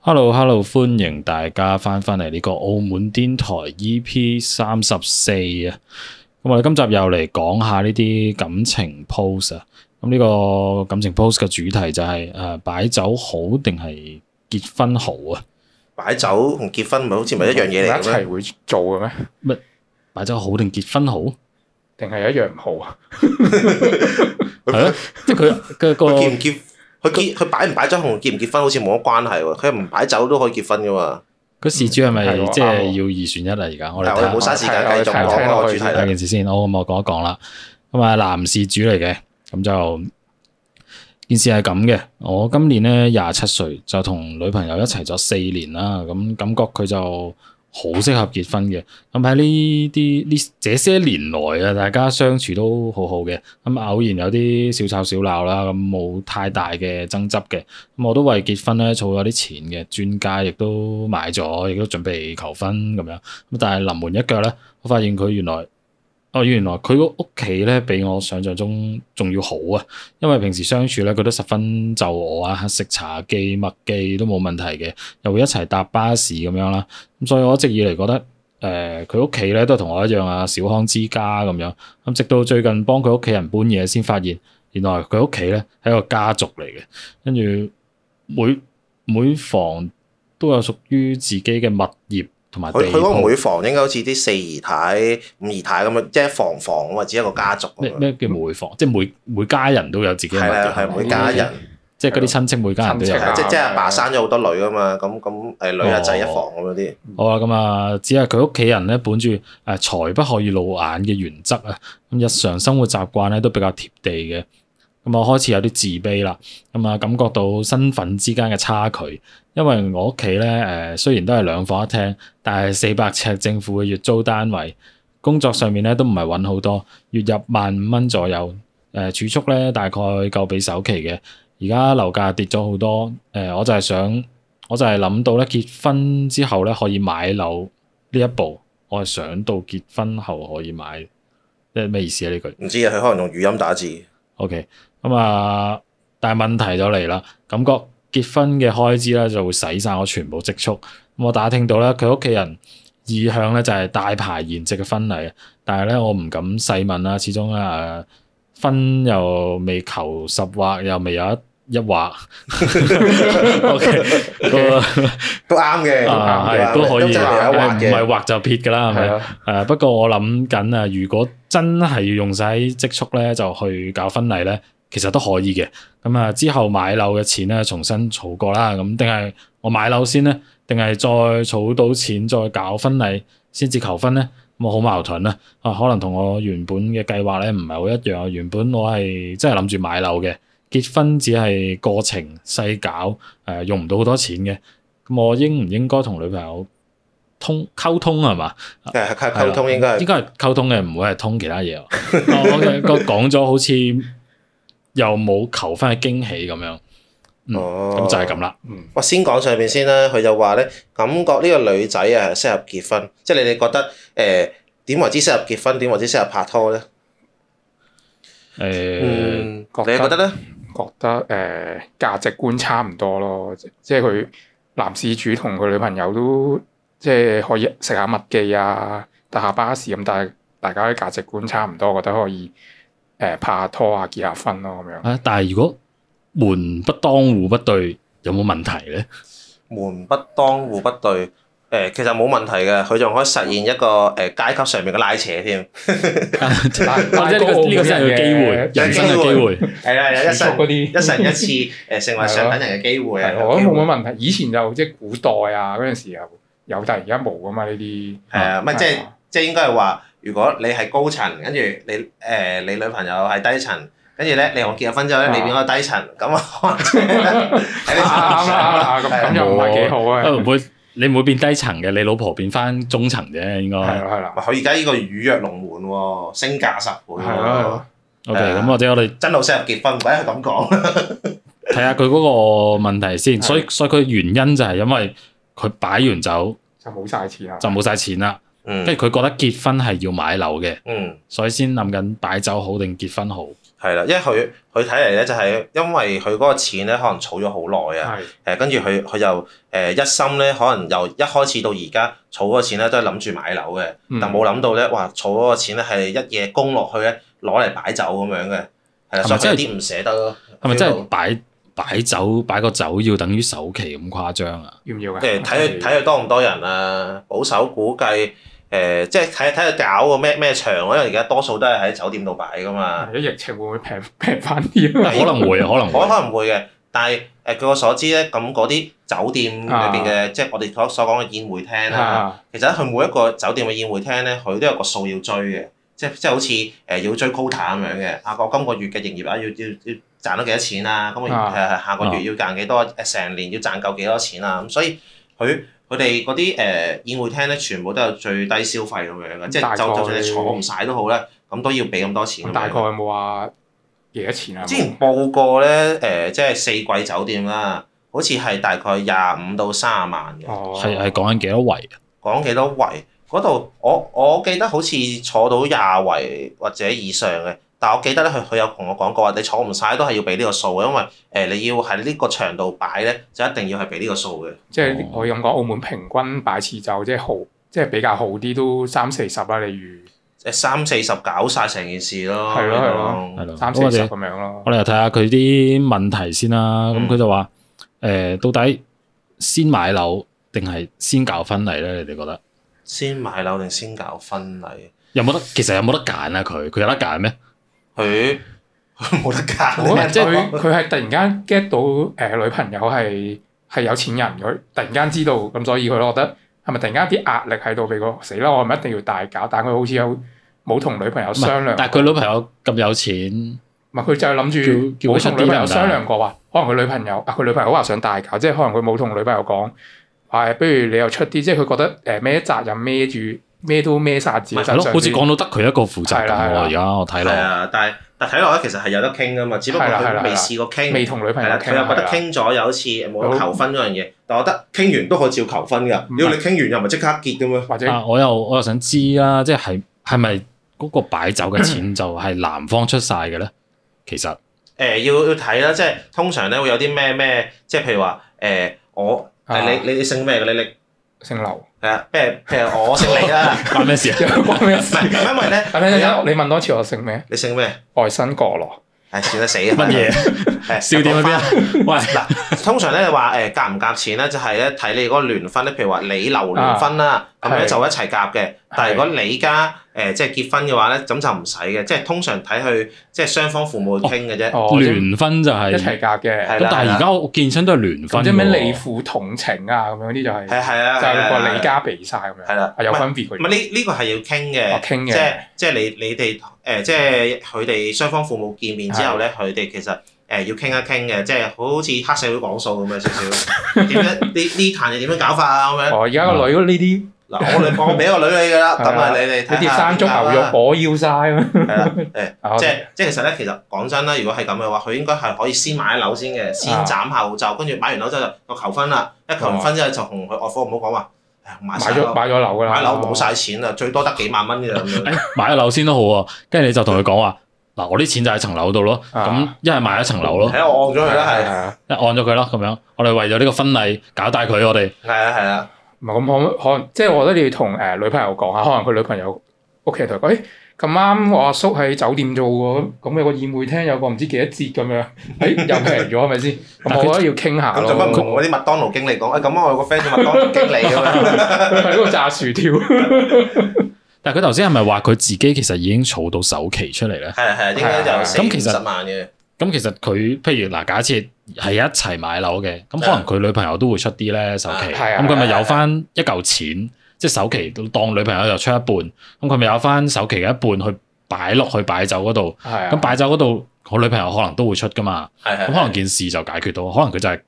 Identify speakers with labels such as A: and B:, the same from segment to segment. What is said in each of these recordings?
A: Hello，Hello，歡迎大家翻返嚟呢個澳門電台 EP 三十四啊！咁我哋今集又嚟講下呢啲感情 post 啊。咁呢個感情 post 嘅主題就係、誒、擺酒好定係結婚好啊？
B: 擺酒同結婚咪好似咪一樣嘢嚟嘅
C: 一齊
B: 咩？
C: 會做嘅咩？
A: 擺酒好定結婚好？
C: 定係一樣唔好啊？
A: 係咯，即係佢嘅個
B: 佢結唔結？佢結佢擺唔擺酒同結唔結婚好似冇乜關係喎。佢唔擺酒都可以結婚噶嘛。
A: 個事主係咪
C: 係喎
A: 即係
C: 啱喎
A: 要二選一啊？而家我哋
B: 但係
A: 睇
B: 我哋
A: 下
B: 冇嘥時間
C: 我哋
B: 繼續
C: 睇
B: 講嗰個
C: 落
B: 主題
C: 去先
A: 第一
B: 啦。
A: 件事先，好，咁我講一講啦。咁啊，男事主嚟嘅，咁就件事係咁嘅。我今年咧廿七歲，就同女朋友一齊咗四年啦。咁感覺佢就好適合結婚嘅。咁喺呢啲呢這些年來啊，大家相處都好好嘅。咁偶然有啲小吵小鬧啦，咁冇太大嘅爭執嘅。咁我都為結婚咧儲咗啲錢嘅，鑽戒亦都買咗，亦都準備求婚咁樣。咁但係臨門一腳咧，我發現佢原來哦，原來佢個屋企咧比我想象中仲要好啊！因為平時相處咧，佢都十分就我啊，食茶記、麥記都冇問題嘅，又會一齊搭巴士咁樣啦。咁所以我一直以嚟覺得誒，呃佢屋企咧都同我一樣啊，小康之家咁樣。咁直到最近幫佢屋企人搬嘢，先發現原來佢屋企咧係一個家族嚟嘅，跟住每每房都有屬於自己嘅物業同埋地
B: 佢佢嗰個
A: 鋪
B: 每。房應該好似啲四姨太、五姨太咁樣，即係一房房咁啊，只一個家族咁
A: 咩
B: 樣。
A: 咩叫每房？即係每每家人都有自己嘅
B: 係
A: 物
B: 啦，
A: 業，
B: 係
A: 係
B: 每
A: 咪
B: 家人，
A: 即係嗰啲親戚每家人都有
C: 親戚。啊
B: 即即係阿爸生咗好多女啊嘛。咁咁誒女啊仔一房咁樣啲。
A: 好啦，咁啊，只係佢屋企人咧，本住誒財不可以露眼嘅原則啊，咁日常生活習慣咧都比較貼地嘅。咁我開始有啲自卑啦，咁啊感覺到身份之間嘅差距，因為我屋企咧誒雖然都係兩房一廳，但係四百尺政府嘅月租單位，工作上面咧都唔係揾好多，月入萬五蚊左右，誒、儲蓄咧大概夠俾首期嘅。而家樓價跌咗好多，誒、我就係想，我就係諗到咧結婚之後咧可以買樓呢一步，我係想到結婚後可以買，即係咩意思啊？呢句？
B: 唔知啊，佢可能用語音打字。
A: OK，咁啊，但係問題就嚟啦，感覺結婚嘅開支咧就會使晒我全部積蓄。咁我打聽到咧，佢屋企人意向咧就係大排筵席嘅婚禮，但係咧我唔敢細問啦，始終啊婚又未求十劃，又未有一一劃。OK，個
B: 都啱嘅，
A: 啊
B: 啱嘅
A: 係都可以，
B: 真係有一劃
A: 誒唔係
B: 嘅。
A: 劃就撇㗎啦，係咪
C: 係？啊，
A: 誒、呃不過我諗緊啊，如果真係要用晒啲積蓄咧，就去搞婚禮咧，其實都可以嘅。咁啊，之後買樓嘅錢咧，重新儲過啦。咁定係我買樓先咧，定係再儲到錢再搞婚禮先至求婚咧？咁我好矛盾啦。啊，可能同我原本嘅計劃咧唔係好一樣。啊原本我係真係諗住買樓嘅，結婚只係過程細搞，誒、用唔到好多錢嘅。咁我應唔應該同女朋友通溝通啊係嘛？
B: 誒係溝通應該係
A: 應該係溝通嘅，唔會係通其他嘢喎。我嘅個講咗好似又冇求婚嘅驚喜咁樣，嗯
B: 哦
A: 咁就係咁啦。
C: 嗯，
B: 我先講上面先啦，佢就話咧，感覺呢個女仔啊係適合結婚，即係你哋覺得誒點、為之適合結婚，點為之適合拍拖咧？
A: 誒，
B: 嗯，
C: 覺
B: 你
C: 得
B: 覺得咧？
C: 覺得誒、呃、價值觀差唔多咯，即即係佢男事主同佢女朋友都即係可以食下麥記啊，搭下巴士咁，但係大家啲價值觀差唔多，覺得可以誒、呃拍下拖啊，結下婚咯咁樣。
A: 啊，但係如果門不當戶不對，有冇問題咧？
B: 門不當戶不對，誒、其實冇問題嘅，佢仲可以實現一個誒、階級上面嘅拉扯添。
C: 拉
A: 或者呢個呢個真係個機會，
B: 有
A: 人生嘅機會。
B: 係啦，有一
C: 儲蓄
B: 生
C: 嗰啲
B: 一生一次誒、成為上等人嘅機會啊！
C: 係，我覺得冇乜問題。以前就即係古代啊嗰陣時候有，但係而家冇噶嘛呢啲。
B: 係啊，唔係即係
C: 係啊
B: 即係應該係話，如果你係高層，跟住你誒、你女朋友係低層，跟住咧你同我結咗婚之後咧，你變咗低層，咁啊可能
C: 啱啱啦，咁咁又唔係幾好啊。
A: 啊唔會，你唔會變低層嘅，你老婆變翻中層啫，應
C: 係
A: 該。
C: 啦係啦，
B: 佢而家呢個魚躍龍門喎，升價十倍
C: 係咯係
B: 喎
C: 咯，，
A: OK，
B: 係啊
A: 咁或者我哋
B: 真老適合結婚，唔怪得佢咁講。
A: 睇下佢嗰個問題先。
C: 係
A: 所以所以佢原因就係因為佢擺完酒
C: 就冇晒啊錢啦。
A: 就冇晒錢啦。跟
B: 嗯
A: 住佢覺得結婚係要買樓嘅，
B: 嗯，
A: 所以先諗緊擺酒好定結婚好。
B: 係啦，因為佢佢睇嚟咧就係因為佢嗰個錢咧可能儲咗好耐啊，
C: 係
B: 誒跟住佢佢就誒、一心咧可能由一開始到而家儲嗰個錢咧都係諗住買樓嘅，
C: 嗯
B: 但冇諗到咧哇儲嗰個錢咧係一夜供落去咧攞嚟擺酒咁樣嘅，係啦，啊
A: 係
B: 所
A: 咪
B: 以佢
A: 真係
B: 有啲唔捨得咯。
A: 係咪
B: feel
A: 真
B: 到
A: 係擺擺酒擺個酒要等於首期咁誇張啊？
C: 要唔要㗎？
B: 即係睇佢睇佢多唔多人啊，保守估計誒、即係睇睇佢搞個咩咩場咯，因為而家多數都係喺酒店度擺噶嘛，
C: 係疫情會唔會平 平翻啲
A: 可
C: 啊？
A: 能會 啊，可能
B: 我可
A: 會。
B: 能會嘅。但係誒，據我所知咧，咁嗰啲酒店裏邊
A: 啊
B: 嘅，即係我哋所所講嘅宴會廳啦，
C: 啊，
B: 其實佢每一個酒店嘅宴會廳咧，佢都有個數要追嘅，即係即係好似誒、要追 quota 咁樣嘅。啊，我今個月嘅營業額要要要賺到幾多錢啊？今個月誒、
C: 啊
B: 下個月要賺幾多？誒成年要賺夠幾多錢啊？咁所以佢佢哋嗰啲誒宴會廳咧，全部都有最低消費咁樣嘅，即係就
C: 大概
B: 就算你坐唔晒都好啦，咁都要俾咁多錢咁樣。
C: 大概有冇話幾多錢啊？
B: 啊之前報過咧，誒、即係四季酒店啦，好似係大概廿五到三十萬嘅。
C: 哦，
A: 係啊係講緊幾多圍？
B: 講幾多圍？嗰度我我記得好似坐到廿圍或者以上嘅，但我記得咧佢佢有同我講過話，你坐唔晒都係要俾呢個數嘅，因為誒、你要喺呢個場度擺咧，就一定要係俾呢個數嘅。
C: 即
A: 哦
C: 係我咁講，澳門平均擺次酒即係好，即係比較好啲都三四十啦，例如
B: 誒三四十搞晒成件事咯，
C: 係咯係咯
A: 係咯，
C: 嗯三
A: 咁
C: 四
A: 我
C: 十
A: 哋
C: 咁樣咯。
A: 我哋又睇下佢啲問題先啦。咁
B: 嗯
A: 佢就話：誒，到底先買樓定係先搞婚禮咧？你哋覺得
B: 先買樓定先搞婚禮？
A: 有冇得？其實有冇得揀啊？佢佢有得揀咩？
B: 佢 佢冇得揀
C: 我覺得
B: 咧，即係
C: 佢佢啊係突然間 get 到誒女朋友係係有錢人，佢突然間知道，咁所以佢覺得係咪突然間有啲壓力喺度俾佢死啦？我係咪一定要大搞？但係佢好似有冇同女朋友
A: 唔係
C: 商量？
A: 但係佢女朋友咁有錢，
C: 唔係佢就係諗
A: 叫
C: 住
A: 叫佢
C: 冇
A: 出
C: 同
A: 啲啊得
C: 女朋
A: 唔
C: 友
A: 得
C: 商量過話，可能佢女朋友啊，佢女朋友話想大搞，即係可能佢冇同女朋友講話，誒不如你又出啲，即係佢覺得誒咩責任孭住，咩都孭晒自己身
A: 係
C: 上
A: 咯，
C: 先。
A: 好似講到得佢一個負責咁
C: 係啦係
A: 喎。
C: 啦
A: 而家我睇落
B: 係，啊，但係但睇落咧，其實係有得傾噶嘛，只不過
C: 係啦係
B: 佢
C: 啦
B: 未
C: 係啦
B: 試過傾。
C: 未同女朋
B: 係啊
C: 友
B: 啦，
C: 傾
B: 佢又覺得
C: 係啦
B: 傾咗有一次冇得求婚嗰樣嘢，但我覺得傾完都可以照求婚㗎。
C: 唔係
B: 如果你傾完又唔係即刻結嘅咩？
C: 或者
A: 啊，我又我又想知啦，即係係咪嗰個擺酒嘅錢就係男方出晒嘅咧？其實
B: 誒要要睇啦，即係通常咧會有啲咩咩，即係譬如話誒我
C: 啊
B: 誒你你你姓咩嘅？你你
C: 姓劉，
B: 係啊，譬如譬如我姓李啦，
A: 關咩事啊？
C: 有關咩
B: 唔
C: 事？
B: 係因為咧
C: 等等等，你問多次我姓咩？
B: 你姓咩？
C: 外甥過羅，
B: 係算得死啊！
A: 乜嘢？
B: 係
A: 笑點喺邊啊？ 喂，
B: 嗱，通常咧話誒夾唔夾錢咧，就係咧睇你嗰個聯婚咧，譬如話你留聯婚啦，
C: 啊
B: 咁咧
C: 係
B: 就一齊夾嘅。但係如果你家誒即係結婚嘅話咧，咁就唔使嘅，即係通常睇佢即係雙方父母傾嘅啫。
C: 哦，
A: 聯婚就係
C: 一齊嫁嘅，
B: 係
A: 咁，
B: 啦
A: 但係而家我見親都係聯
C: 咁
A: 婚
C: 即係
A: 嘅
C: 咩李
A: 喎。
C: 父同情啊咁樣啲就係
B: 係係啊，
C: 哦就係
B: 係
C: 個
B: 啊
C: 李家避晒咁樣，啊
B: 係啦
C: 係有分別
B: 唔
C: 佢
B: 係呢呢個係要傾嘅
C: 我，傾
B: 即係
C: 嘅，
B: 即係你你哋誒即係佢哋雙方父母見面之後咧，佢哋其實誒要傾一傾嘅，即係好似黑社會講數咁樣少 少。點樣呢呢壇嘢點樣搞法啊？咁樣
C: 哦我而家個女呢啲。
B: 嗱，我女我俾個女你㗎啦，咁
C: 係
B: 啊
C: 啊
B: 你哋
C: 你
B: 睇
C: 碟
B: 下
C: 山竹牛肉火腰晒咁
B: 係啦，誒，
C: 樣，
B: 即係即係其實咧，其實講真啦，如果係咁嘅話，佢應該係可以先買樓先嘅，先斬後奏，跟住買完樓之後就我求婚啦，一求完婚之後就同佢外父唔好講話，唉買
C: 買
B: 晒
C: 咗
B: 樓，
C: 買咗樓㗎啦，
B: 買樓冇晒錢啦，最多得幾萬蚊嘅啫咁樣。
A: 誒哎買咗樓先都好喎，跟住你就同佢講話嗱，我啲錢就喺層樓度咯，
C: 啊
A: 咁一係買一層樓咯，
B: 係啊，我按咗佢啦，係
C: 係啊，
A: 一按咗佢咯，咁樣我哋為咗呢個婚禮搞大佢，我哋
B: 係啊係啊，
C: 唔係咁可可能即係我覺得你要同誒女朋友講下，可能佢女朋友屋企同佢講，誒咁啱我阿叔喺酒店做喎，咁有個宴會廳有個唔知幾多折咁樣，誒又平咗係咪先？
A: 但
C: 咁
A: 佢
C: 我覺得要傾下
B: 咁做乜唔
C: 咯，
B: 同嗰啲麥當勞經理講？誒哎咁我有個 friend 做麥當勞經理咁樣，
C: 佢喺度炸薯條，
A: 但係佢頭先係咪話佢自己其實已經儲到首期出嚟咧？
B: 係啊係啊，應該就四
A: 咁其
B: 五
A: 實
B: 十萬嘅，
A: 咁其實佢譬如嗱，假設係一齊買樓嘅，咁可能佢女朋友都會出啲咧首期，
C: 啊係啊
A: 咁佢咪有翻一嚿錢，即係首期當女朋友就出一半，咁佢咪有翻首期嘅一半去擺落去擺酒嗰度，
C: 係啊，
A: 咁擺酒嗰度我女朋友可能都會出噶嘛，
B: 係
A: 咁
B: 係
A: 可能件事就解決到，可能佢就係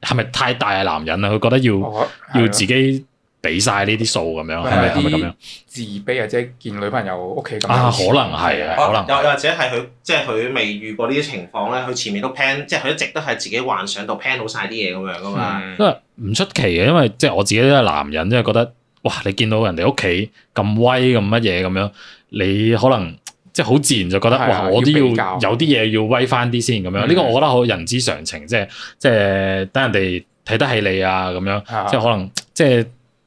A: 係咪太大嘅男人啦？啊佢覺得要
C: 我啊
A: 要自己俾晒呢啲數咁樣，係咪係咪咁樣
C: 自卑啊，即係見女朋友屋企咁
A: 啊？
C: 有
A: 可
C: 錢
A: 能係啊，可能
B: 哦又又或者係佢即係佢未遇過呢啲情況咧，佢前面都 plan，即係佢一直都係自己幻想到 plan 好晒啲嘢咁樣噶嘛。
C: 嗯
A: 因為唔出奇嘅，因為即係我自己都係男人，即係覺得哇，你見到人哋屋企咁威咁乜嘢咁樣，你可能即係好自然就覺得
C: 係啊
A: 哇，我都
C: 要
A: 要
C: 比較
A: 有啲嘢要威翻啲先咁樣。
C: 嗯
A: 呢個我覺得好人之常情，即係即係等人哋睇得起你啊咁樣，
C: 啊
A: 即係可能即係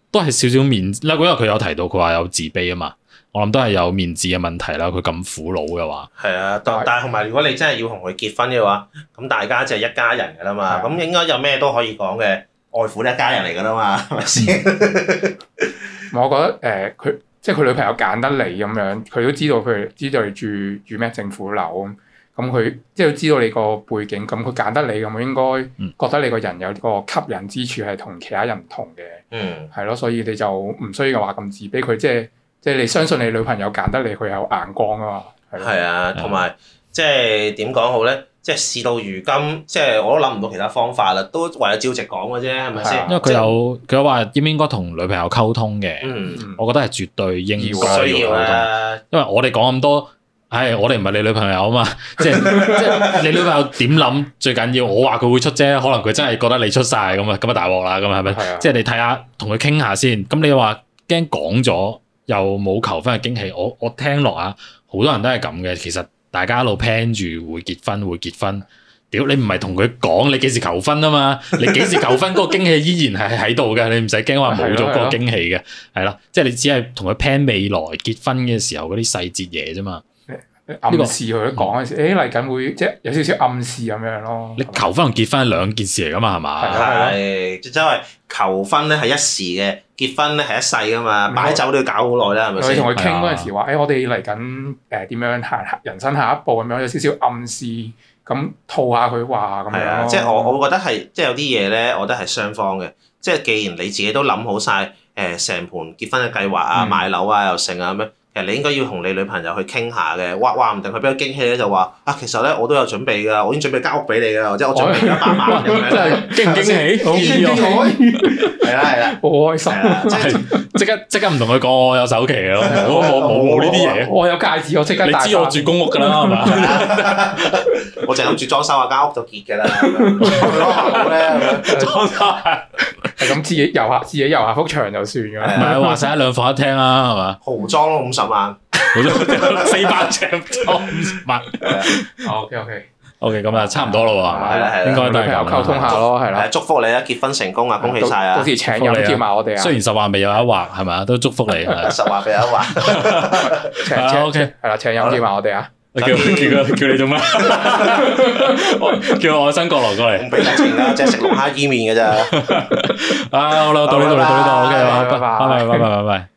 A: 都係少少面啦。因為佢有提到佢話有自卑啊嘛，我諗都係有面子嘅問題啦。佢咁苦惱嘅話，
B: 係啊，但但係同埋如果你真係要同佢結婚嘅話，咁大家就係一家人㗎啦嘛，
C: 係
B: 咁應該有咩都可以講嘅，外父都一家人嚟㗎啦嘛，係咪先？
C: 我覺得誒，佢、即係佢女朋友揀得你咁樣，佢都知道佢知道你住住咩政府樓咁，咁佢即係知道你個背景，咁佢揀得你咁，應
A: 嗯
C: 該覺得你個人有個吸引之處係同其他人唔同嘅，
B: 嗯，
C: 係咯，所以你就唔需要話咁自卑，佢即係即係你相信你女朋友揀得你，佢有眼光啊嘛，係咯，
B: 係啊，同埋即係點講好咧？即係事到如今，即係我都諗唔到其他方法啦，都唯有照直講嘅啫，係咪
C: 係
B: 先
C: 啊？
A: 因為佢
B: 即係
A: 有佢有話應唔應該同女朋友溝通嘅，
B: 嗯
C: 嗯
A: 我覺得係絕對應該
C: 要
A: 要
B: 需
A: 溝
B: 要
A: 通。
B: 啊，
A: 因為我哋講咁多，唉，我哋唔係你女朋友啊嘛， 即係即係你女朋友點諗最緊要。我話佢會出啫，可能佢真係覺得你出晒咁啊，咁啊大鑊啦，咁啊係咪？
C: 係啊
A: 即係你睇下，同佢傾下先。咁你話驚講咗又冇求婚嘅驚喜，我我聽落啊，好多人都係咁嘅。其實大家一路 plan 住會結婚，會結婚。屌你唔係同佢講你幾時求婚啊 嘛，你幾時求婚嗰個驚喜依然係喺度嘅，你唔使驚話冇咗嗰個驚喜嘅，係啦，即係你只係同佢 plan 未來結婚嘅時候嗰啲細節嘢啫嘛。
C: 暗示佢都講嗰時，誒嚟緊會即係有少少暗示咁樣咯。
A: 你求婚同結婚係兩件事嚟噶嘛，係
C: 係
A: 嘛？
C: 啊
B: 係，即係因為求婚咧係一時嘅，結婚咧係一世㗎嘛，
C: 嗯
B: 擺酒都要搞好耐啦，係咪
C: 我哋
B: 先
C: 同？佢傾嗰陣時話，誒、我哋嚟緊誒點樣行人生下一步咁樣，有少少暗示咁套下佢話咁
B: 係
C: 樣
B: 啊，
C: 咯。
B: 即係我我會覺得係，即係有啲嘢咧，我覺得係雙方嘅。即係既然你自己都諗好晒誒成盤結婚嘅計劃啊、
C: 嗯
B: 買樓啊又剩啊咁樣，其實你應該要同你女朋友去傾下嘅。話話唔定佢俾個驚喜咧，就話啊，其實咧我都有準備㗎，我已經準備間屋俾你㗎，或者我準備咗一百萬咁 樣啦。
A: 係驚唔驚喜？
C: 好
A: 意外
C: 驚喜，
B: 係啦係啦，
C: 好開心。
B: 係 啦，即係
A: 即刻即刻唔同佢講我有首期咯，
C: 啊
A: 我我冇冇呢啲嘢。
C: 我我有戒指，我即刻戴
A: 你知我
C: 返
A: 住公屋㗎啦，係嘛？
B: 我就係諗住裝修下間屋就結㗎啦。咁樣攞下好咧咁樣。
A: 裝曬
C: 係咁自己遊下自己遊下幅牆就算㗎
A: 唔
C: 啦。
A: 係話晒一兩房一廳啦，係嘛？
B: 豪裝咯，五十萬。
A: 好 多四百尺裝五十萬。
C: OK OK，
A: OK，咁啊，差唔多啦喎，係嘛
B: 係啦係啦
A: 應該
C: 女
A: 都係
C: 朋友
A: 咁啦
C: 溝通下咯，係啦
B: 係。祝福你啊，結婚成功啊，恭喜晒
C: 到
B: 啊
C: 到！時請飲叫埋我哋啊
A: 雖，然實話未有一劃係咪都祝福你係。
B: 實話俾人話。
C: 請
A: 啊
C: 請
A: ，OK，
C: 係啦，請飲叫埋我哋啊。
A: 叫叫佢叫 你做咩？我叫我新角落過嚟
B: 唔俾人情啦，即係食龍蝦伊麵嘅咋。
A: 啊！好啦，到呢度啦，到呢度，OK，
C: 拜拜
A: 好拜拜拜拜拜拜拜拜。